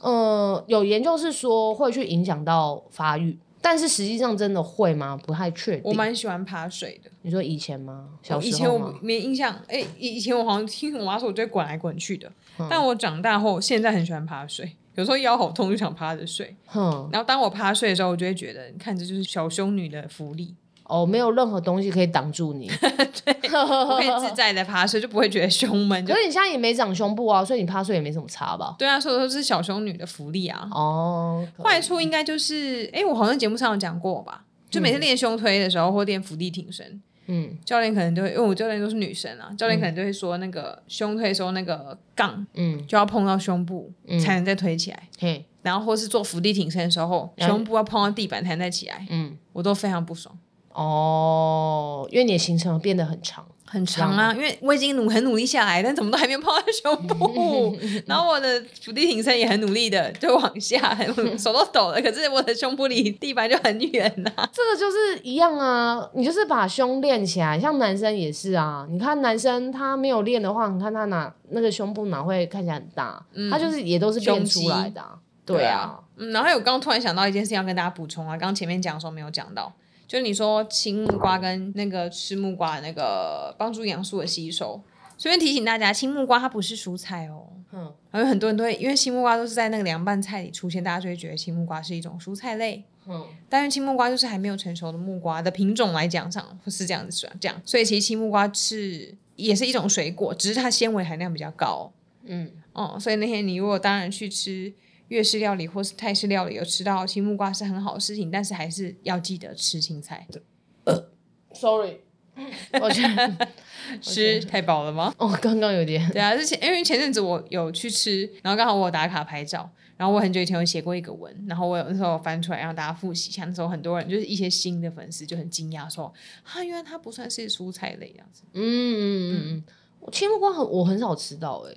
S1: 呃，有研究是说会去影响到发育，但是实际上真的会吗？不太确
S2: 我
S1: 定。
S2: 蛮喜欢趴睡的。
S1: 你说以前吗？小时
S2: 以
S1: 候
S2: 前我
S1: 吗
S2: 没印象，哎、以以前我好像听我妈说，我就会滚来滚去的。
S1: 嗯
S2: 但我长大后，现在很喜欢趴睡，有时候腰好痛就想趴着睡。
S1: 哼，
S2: 然后当我趴睡的时候，我就会觉得，你看这就是小胸女的福利，
S1: 哦，没有任何东西可以挡住 你。
S2: 我可以自在的趴睡，就不会觉得胸闷。就
S1: 可 是你现在也没长胸部啊，所以你趴睡也没什么差吧？
S2: 对啊，所以说这是小胸女的福利啊。
S1: 哦，可
S2: 坏处应该就是，哎、我好像节目上有讲过吧？就每次练胸推的时候，或练伏地挺身，
S1: 嗯
S2: 教练可能就会，因为我教练都是女生啊，教练可能就会说，那个胸推的时候，那个杠
S1: 嗯，
S2: 就要碰到胸部、才能再推起来。
S1: 嘿，
S2: 然后或是做伏地挺身的时候，
S1: 了解
S2: 胸部要碰到地板才能再起来，
S1: 嗯，
S2: 我都非常不爽。
S1: 哦，因为你的行程变得很长，
S2: 很长啊，因为我已经努很努力下来，但怎么都还没有碰到胸 部。然后我的伏地挺身也很努力的，就往下，很手都抖了。可是我的胸部离地板就很远呐、啊。
S1: 这个就是一样啊，你就是把胸练起来，像男生也是啊。你看男生他没有练的话，你看他哪那个胸部哪会看起来很大？
S2: 嗯
S1: 他就是也都是
S2: 胸
S1: 练
S2: 肌
S1: 出来的、啊。
S2: 对
S1: 对
S2: 啊，嗯，然后我刚刚突然想到一件事情要跟大家补充啊，刚刚前面讲的时候没有讲到，就是你说青木瓜跟那个吃木瓜那个帮助营养素的吸收。顺便提醒大家，青木瓜它不是蔬菜哦，
S1: 嗯，
S2: 然后有很多人都会因为青木瓜都是在那个凉拌菜里出现，大家就会觉得青木瓜是一种蔬菜类。
S1: 嗯，
S2: 但是青木瓜就是还没有成熟的木瓜的品种来讲上是这样子这样，所以其实青木瓜是也是一种水果，只是它纤维含量比较高。
S1: 嗯，
S2: 哦，所以那天你如果当然去吃粤式料理或是泰式料理，有吃到青木瓜是很好的事情，但是还是要记得吃青菜。
S1: Sorry，我觉得
S2: 吃太饱了吗？
S1: 哦，刚刚有点
S2: 对啊，之前因为前阵子我有去吃，然后刚好我有打卡拍照，然后我很久以前有写过一个文，然后我有那时候翻出来让大家复习一下，那时候很多人就是一些新的粉丝就很惊讶说，啊，原来它不算是蔬菜类这样子，
S1: 嗯嗯嗯嗯嗯，青木瓜很我很少吃到哎、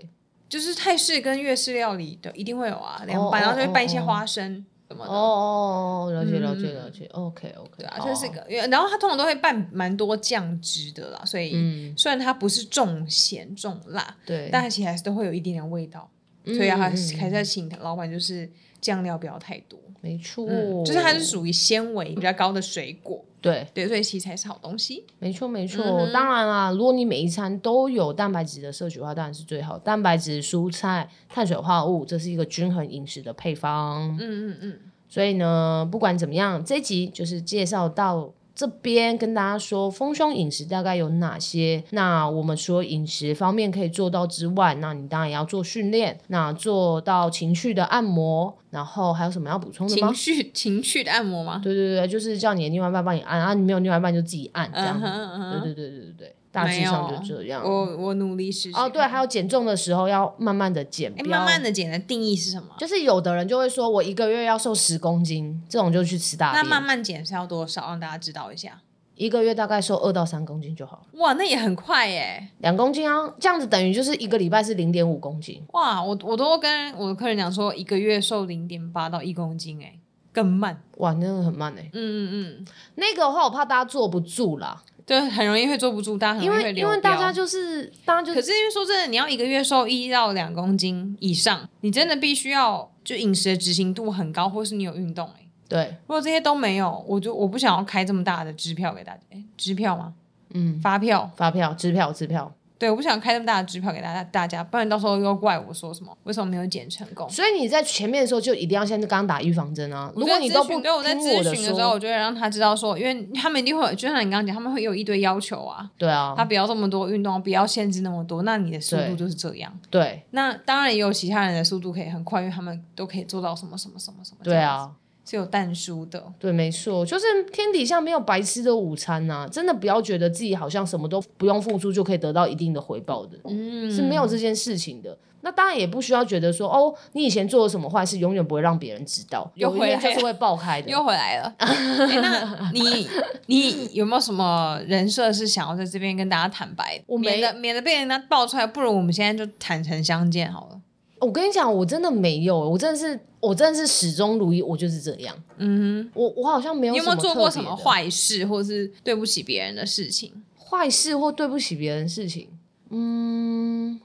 S2: 就是泰式跟粤式料理的一定会有啊，凉
S1: 哦
S2: 拌，然后就
S1: 哦
S2: 会拌一些
S1: 哦
S2: 花生什么
S1: 哦
S2: 的。
S1: 哦哦，了解了解
S2: 嗯
S1: 了解，OK OK，
S2: 对啊，这是
S1: 哦
S2: 个，因为然后它通常都会拌蛮多酱汁的啦，所以、
S1: 嗯，
S2: 虽然它不是重咸重辣，
S1: 对，
S2: 但它其实还是都会有一点点味道，
S1: 嗯
S2: 所以啊还
S1: 嗯
S2: 是还
S1: 嗯
S2: 是要请老板就是酱料不要太多，
S1: 没错、
S2: 嗯，就是它是属于纤维比较高的水果，
S1: 对，
S2: 对，所以其实才是好东西。
S1: 没错没错。
S2: 嗯哼
S1: 当然啦，如果你每一餐都有蛋白质的摄取的话，当然是最好。蛋白质、蔬菜、碳水化合物，这是一个均衡饮食的配方。
S2: 嗯嗯嗯，
S1: 所以呢，不管怎么样，这一集就是介绍到这边，跟大家说丰胸饮食大概有哪些。那我们说饮食方面可以做到之外，那你当然也要做训练，那做到情绪的按摩，然后还有什么要补充的吗
S2: 情？绪情绪的按摩吗？
S1: 对对对，就是叫你的另外一半帮你按，啊，你没有另外一半就自己按，这样
S2: 嗯
S1: 子。
S2: 哼嗯
S1: 对
S2: 哼，
S1: 对对对对对，大致上就这样。
S2: 我我努力试试
S1: 哦，对，
S2: 看
S1: 还有减重的时候要慢慢的减，
S2: 哎，
S1: 不要
S2: 慢慢的减的定义是什么？
S1: 就是有的人就会说，我一个月要瘦十公斤，这种就去吃大
S2: 那
S1: 便。
S2: 慢慢减是要多少？让大家知道一下。
S1: 一个月大概瘦二到三公斤就好了，
S2: 哇，那也很快耶！
S1: 两公斤啊，这样子等于就是一个礼拜是零点五公斤，
S2: 哇，我我都跟我的客人讲说，一个月瘦零点八到一公斤、欸，更慢。
S1: 哇，那个很慢哎、
S2: 嗯嗯
S1: 那个的话，我怕大家坐不住啦，
S2: 嗯，对，很容易会坐不住，大家很
S1: 因
S2: 容
S1: 为
S2: 易会
S1: 因
S2: 嗯流
S1: 为大家
S2: 就
S1: 就是大家就
S2: 可是因为说真的，你要一个月瘦一到两公斤以上，你真的必须要就饮食的执行度很高，或是你有运动、欸，
S1: 对，
S2: 如果这些都没有，我就我不想要开这么大的支票给大家，哎、支票吗？
S1: 嗯，
S2: 发票？
S1: 发票、支票、支票，
S2: 对，我不想开这么大的支票给大家，大家不然到时候又怪我说什么，为什么没有减成功？
S1: 所以你在前面的时候就一定要先刚打预防针啊，如果你都不
S2: 对我在
S1: 听
S2: 咨
S1: 我的
S2: 询的时候，
S1: 说，
S2: 我就会让他知道说，因为他们一定会有，就像你刚刚讲，他们会有一堆要求啊，
S1: 对啊
S2: 他，不要这么多运动，不要限制那么多，那你的速度
S1: 对
S2: 就是这样。
S1: 对
S2: 那当然也有其他人的速度可以很快，因为他们都可以做到什么什么什么什么。
S1: 对，啊，
S2: 是有淡书的。
S1: 对，没错，就是天底下没有白吃的午餐呐、真的不要觉得自己好像什么都不用付出就可以得到一定的回报的，
S2: 嗯
S1: 是没有这件事情的。那当然也不需要觉得说哦，你以前做了什么坏事，永远不会让别人知道，
S2: 又
S1: 有一
S2: 回
S1: 天
S2: 来
S1: 就是会爆开的。
S2: 又回来 了。诶那你你有没有什么人设是想要在这边跟大家坦白？
S1: 我没
S2: 免得免得被人家爆出来，不如我们现在就坦诚相见好了。
S1: 我跟你讲，我真的没有，我真的是，我真的是始终如一，我就是这样。
S2: 嗯哼。
S1: 我我好像没有
S2: 你有没有做
S1: 特
S2: 过
S1: 别
S2: 什么
S1: 的
S2: 坏事，或是对不起别人的事情？
S1: 坏事或对不起别人的事情？嗯，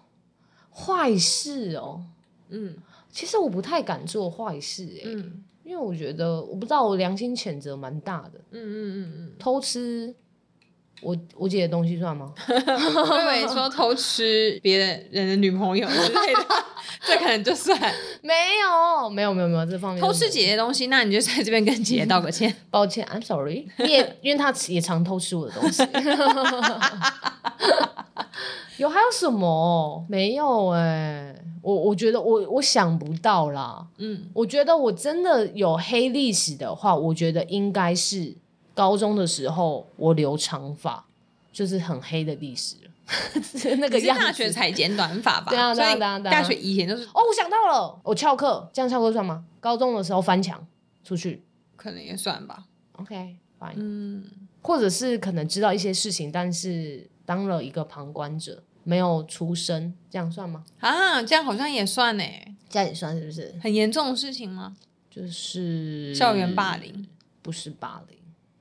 S1: 坏事哦，
S2: 嗯
S1: 其实我不太敢做坏事哎、
S2: 嗯
S1: 因为我觉得我不知道我良心谴责蛮大的，
S2: 嗯嗯嗯
S1: 偷吃我我姐的东西算吗？
S2: 嗯，我以为说偷吃别人人的女朋友之类 的，这可能就算
S1: 没有，没有，没有，没有这方面
S2: 偷
S1: 都
S2: 吃
S1: 没有
S2: 姐姐东西，那你就在这边跟姐姐道个歉。
S1: 抱歉，I'm sorry。你 也因为他也常偷吃我的东西。 有还有什么？没有哎、我我觉得我我想不到啦。
S2: 嗯，
S1: 我觉得我真的有黑历史的话，我觉得应该是高中的时候我留长发，就是很黑的历史了， 是那
S2: 可
S1: 个
S2: 是
S1: 样
S2: 大学
S1: 子。
S2: 才剪短发 吧？
S1: 对啊对啊
S2: 所以
S1: 对啊对啊
S2: 大学以前就是
S1: 哦，我想到了，我翘课，这样翘课算吗？高中的时候翻墙出去
S2: 可能也算吧。
S1: ，OK，fine。
S2: 嗯，
S1: 或者是可能知道一些事情，但是当了一个旁观者，没有出声，这样算吗？
S2: 啊，这样好像也算呢，
S1: 这样也算是不是？
S2: 很严重的事情吗？
S1: 就是
S2: 校园霸凌，
S1: 不是霸凌，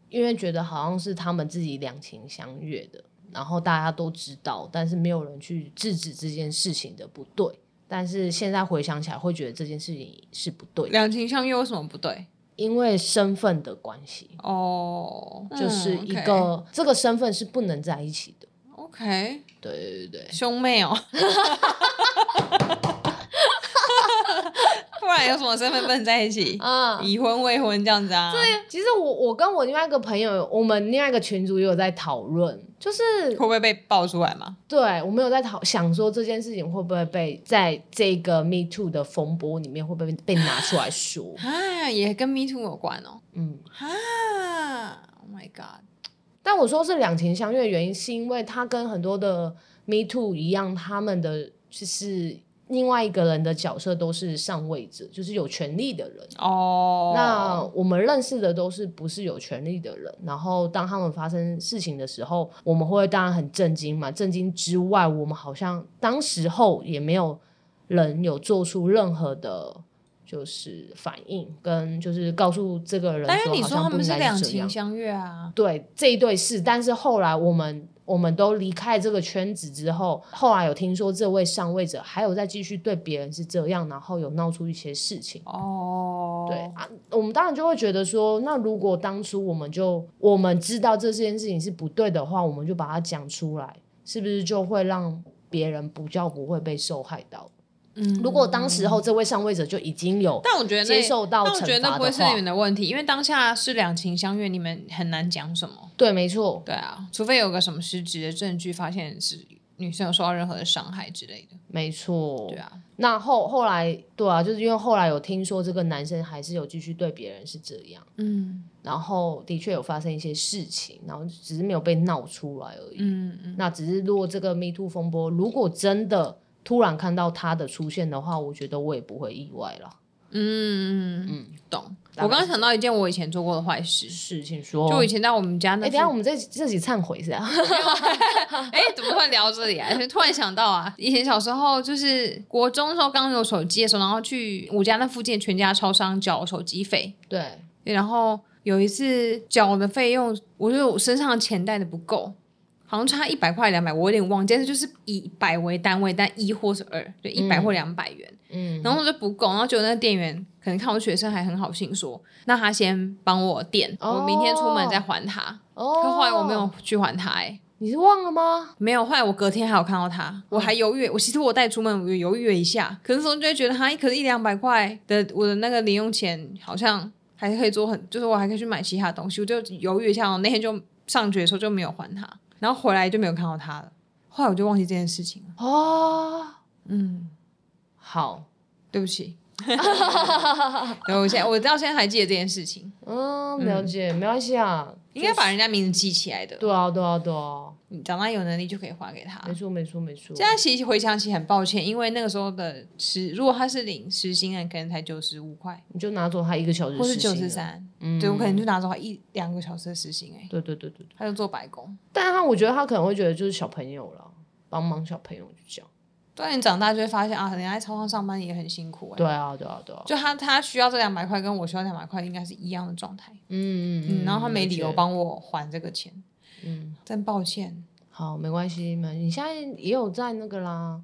S1: 因为觉得好像是他们自己两情相悦的，然后大家都知道，但是没有人去制止这件事情的不对。但是现在回想起来，会觉得这件事情是不对的，
S2: 两情相悦有什么不对？
S1: 因为身份的关系，
S2: 哦，
S1: 就是一
S2: 嗯
S1: 个、这个身份是不能在一起的。
S2: OK，,
S1: 对对对
S2: OK，兄 妹哦。不然有什么身份不能在一起？
S1: 啊，
S2: 已婚、未婚这样子啊？对，
S1: 其实我我跟我另外一个朋友，我们另外一个群组也有在讨论，就是
S2: 会不会被爆出来嘛？？
S1: 对我们有在讨想说这件事情会不会被在这个 Me Too 的风波里面会不会被拿出来说
S2: 啊，也跟 Me Too 有关哦。
S1: 嗯，
S2: 啊，Oh my God，
S1: 但我说是两情相悦的原因，是因为他跟很多的 Me Too 一样，他们的就是另外一个人的角色都是上位者，就是有权利的人。
S2: 哦，
S1: 那我们认识的都是不是有权利的人，然后当他们发生事情的时候，我们会当然很震惊嘛。震惊之外，我们好像当时候也没有人有做出任何的，就是反应跟就是告诉这个人
S2: 当然
S1: 说
S2: 你
S1: 好
S2: 说他
S1: 像不应
S2: 们是
S1: 该
S2: 两
S1: 是这
S2: 情
S1: 样。
S2: 相悦啊，
S1: 对这一对是，但是后来我们我们都离开这个圈子之后，后来有听说这位上位者还有在继续对别人是这样，然后有闹出一些事情。
S2: 哦，
S1: 对啊，我们当然就会觉得说，那如果当初我们就我们知道这件事情是不对的话，我们就把它讲出来，是不是就会让别人比较不会被受害到？
S2: 嗯
S1: 如果当时候这位上位者就已经有
S2: 但我觉得那
S1: 接受到
S2: 但我
S1: 惩
S2: 觉得那
S1: 罚
S2: 不会
S1: 的
S2: 是你
S1: 话
S2: 们，的问题，因为当下是两情相悦，你们很难讲什么。
S1: 对，没错，
S2: 对啊，除非有个什么实质的证据，发现是女生有受到任何的伤害之类的。
S1: 没错，
S2: 对啊，
S1: 那后后来对啊，就是因为后来有听说这个男生还是有继续对别人是这样，
S2: 嗯
S1: 然后的确有发生一些事情，然后只是没有被闹出来而已。
S2: 嗯嗯，
S1: 那只是如果这个 Me Too 风波，如果真的突然看到他的出现的话，我觉得我也不会意外了。
S2: 嗯嗯，
S1: 嗯，
S2: 懂。
S1: 大概
S2: 我刚刚想到一件我以前做过的坏事，
S1: 事情说，
S2: 就我以
S1: 哎、
S2: 前在我们家那
S1: 等
S2: 附，
S1: 一下我们这这集忏悔是啊，
S2: 哎、怎么会聊这里啊？ 突然想到啊，以前小时候就是国中的时候刚有手机的时候，然后去我家那附近的全家超商缴手机费，
S1: 对，
S2: 然后有一次缴的费用，我觉得我身上的钱带的不够，好像差一百块两百，我有点忘记，但是就是以百为单位，但一或是二，对，一百或两百元，
S1: 嗯，
S2: 然后就不够，然后就那店员可能看我学生还很好心说，那他先帮我垫，
S1: 哦
S2: 我明天出门再还他。
S1: 哦，
S2: 可后来我没有，去还他、欸，
S1: 你是忘了吗？
S2: 没有，后来我隔天还有看到他，我还犹豫，我其实我带出门我有犹豫了一下，可是时候就会觉得他可是一两百块的我的那个零用钱好像还可以做很，就是我还可以去买其他东西，我就犹豫一下，我那天就上学的时候就没有还他，然后回来就没有看到他了，后来我就忘记这件事情了，
S1: 哦，
S2: 嗯，
S1: 好，
S2: 对不起，对我现在我到现在还记得这件事情，
S1: 嗯，了解，没关系啊，
S2: 应该把人家名字记 起来的，
S1: 对啊，对啊，对啊，
S2: 你长大有能力就可以还给他，
S1: 没错，没错，没错，
S2: 现在其实回想起很抱歉，因为那个时候的时，如果他是领时薪的，可能才九十五块，
S1: 你就拿走他一个小时，
S2: 或是九十，三，
S1: 嗯，
S2: 对我可能就拿走他一两个小时的时薪、哎，
S1: 对对对对，对
S2: 他就做白工。
S1: 但他我觉得他可能会觉得就是小朋友了，帮忙小朋友就这样，
S2: 对你长大就会发现啊，人家在超商上班也很辛苦、哎，
S1: 对啊，对啊，对啊，
S2: 就他他需要这两百块，跟我需要两百块，应该是一样的状态。
S1: 嗯
S2: 嗯，然后他没理由
S1: 了解
S2: 帮我还这个钱，
S1: 嗯，
S2: 真抱歉。
S1: 好，没关系，没关系。你现在也有在那个啦，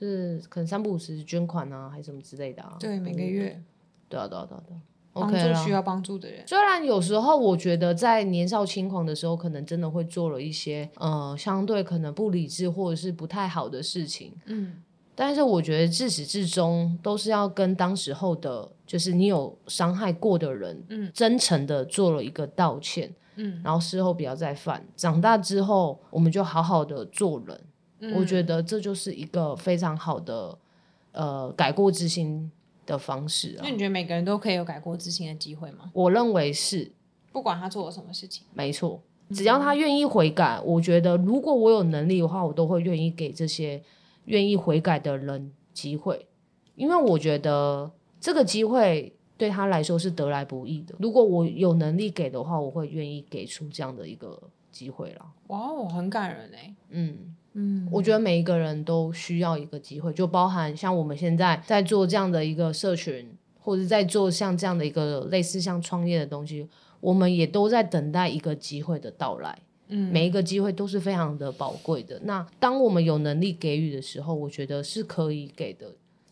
S1: 就是可能三不五时捐款啊，还是什么之类的啊。
S2: 对，每个月
S1: 对啊，对啊，对啊，对啊
S2: 帮
S1: ，OK
S2: 助
S1: 啦。
S2: 需要帮助的人。
S1: 虽然有时候我觉得在年少轻狂的时候，可能真的会做了一些呃相对可能不理智或者是不太好的事情，
S2: 嗯，
S1: 但是我觉得自始至终都是要跟当时候的，就是你有伤害过的人，
S2: 嗯，
S1: 真诚的做了一个道歉，
S2: 嗯，
S1: 然后事后不要再犯。长大之后，我们就好好的做人，我觉
S2: 得
S1: 得这就是一个非常好的呃改过自新的方式啊
S2: 那。你觉得每个人都可以有改过自新的机会吗？
S1: 我认为是
S2: 不管他做了什么事情。
S1: 没错，只要他愿意悔改，我觉得如果我有能力的话，我都会愿意给这些愿意悔改的人机会，因为我觉得这个机会对他来说是得来不易的。如果我有能力给的话，我会愿意给出这样的一个机会了。
S2: 哇哦，很感人哎、
S1: 嗯，
S2: 嗯，
S1: 我觉得每一个人都需要一个机会，就包含像我们现在在做这样的一个社群，或者在做像这样的一个类似像创业的东西，我们也都在等待一个机会的到来。
S2: 嗯
S1: 每一个机会都是非常的宝贵的。那当我们有能力给予的时候，我觉得是可以给的。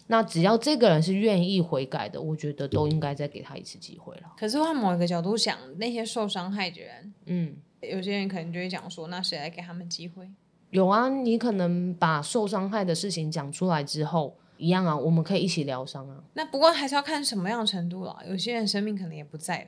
S1: 那只要这个人是愿意悔改的，我觉得都应该再给他一次机会了。
S2: 可是换某一个角度想，那些受伤害的人，
S1: 嗯，
S2: 有些人可能就会讲说，那谁来给他们机会？
S1: 有啊，你可能把受伤害的事情讲出来之后，一样啊，我们可以一起疗伤啊。
S2: 那不过还是要看什么样的程度了。有些人生命可能也不在了。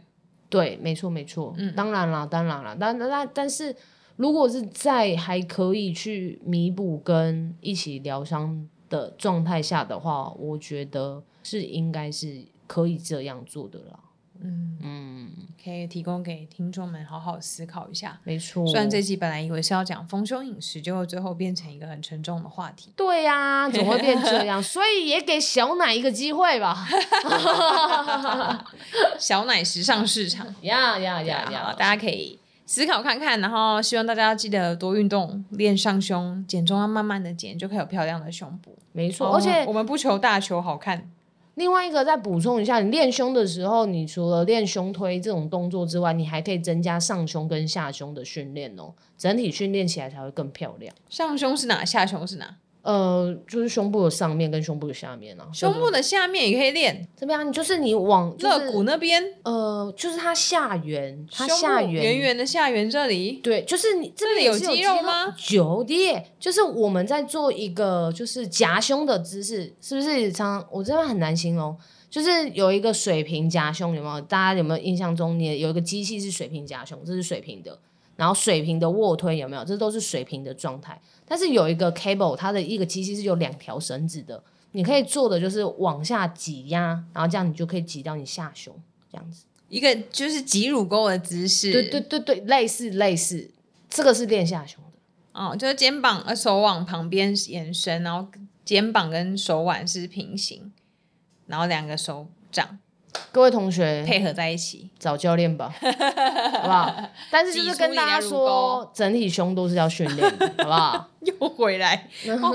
S1: 对，没错，没错，
S2: 嗯
S1: 当然啦，当然啦，但但但是，如果是在还可以去弥补跟一起疗伤的状态下的话，我觉得是应该是可以这样做的啦。
S2: 嗯，
S1: 嗯，
S2: 可以提供给听众们好好思考一下。
S1: 没错。
S2: 虽然这集本来以为是要讲丰胸饮食，结果最后变成一个很沉重的话题。
S1: 对呀、总会变这 样，所以也给小奶一个机会吧。
S2: 小奶时尚市场，
S1: 呀呀 呀
S2: 对啊好
S1: 呀！
S2: 大家可以思考看看，然后希望大家记得多运动，练上胸，减重要慢慢的减，就可以有漂亮的胸部。
S1: 没错，而且
S2: 我们不求大，求好看。
S1: 另外一个再补充一下，你练胸的时候，你除了练胸推这种动作之外，你还可以增加上胸跟下胸的训练哦，整体训练起来才会更漂亮。
S2: 上胸是哪？下胸是哪？
S1: 呃，就是胸部的上面跟胸部的下面啊，
S2: 胸部的下面也可以练，
S1: 怎么样？你就是你往就
S2: 肋骨
S1: 是
S2: 那边，
S1: 呃，就是它下缘，它
S2: 胸
S1: 下
S2: 部圆
S1: 缘。
S2: 圆的下缘这里。
S1: 对，就是你这
S2: 这里
S1: 边也
S2: 有
S1: 是
S2: 肌
S1: 肌
S2: 肉吗
S1: 有的，就是我们在做一个就是夹胸的姿势，是不是常？常我真的很难形容，就是有一个水平夹胸，有没有？大家有没有印象中，你有一个机器是水平夹胸，这是水平的，然后水平的卧推有没有？这都是水平的状态。但是有一个 cable，它的一个机器是有两条绳子的，你可以做的就是往下挤压，然后这样你就可以挤到你下胸这样子。
S2: 一个就是挤乳沟的姿势，
S1: 对对，对对，类似类似，这个是练下胸的。
S2: 哦，就是肩膀呃手往旁边延伸，然后肩膀跟手腕是平行，然后两个手掌
S1: 各位同学，
S2: 配合在一 起。
S1: 找教练 吧，好不好？但是就是跟大家
S2: 挤出你的乳沟
S1: 说，整体胸都是要训练的，好不 好？
S2: 又回来，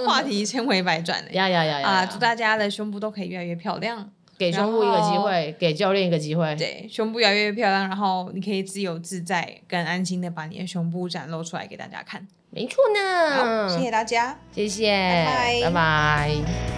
S2: 话题千回百 转呢、
S1: 呀呀呀呀
S2: 啊，
S1: 呀！
S2: 祝大家的胸部都可以越来越漂亮，
S1: 给胸部一个机会，给教练一个机会。
S2: 对，胸部越来越漂亮，然后你可以自由自在、更安心的把你的胸部展露出来给大家看。
S1: 没错
S2: 好，谢
S1: 呢。
S2: 谢大家。
S1: 谢谢，
S2: 拜拜
S1: 拜拜。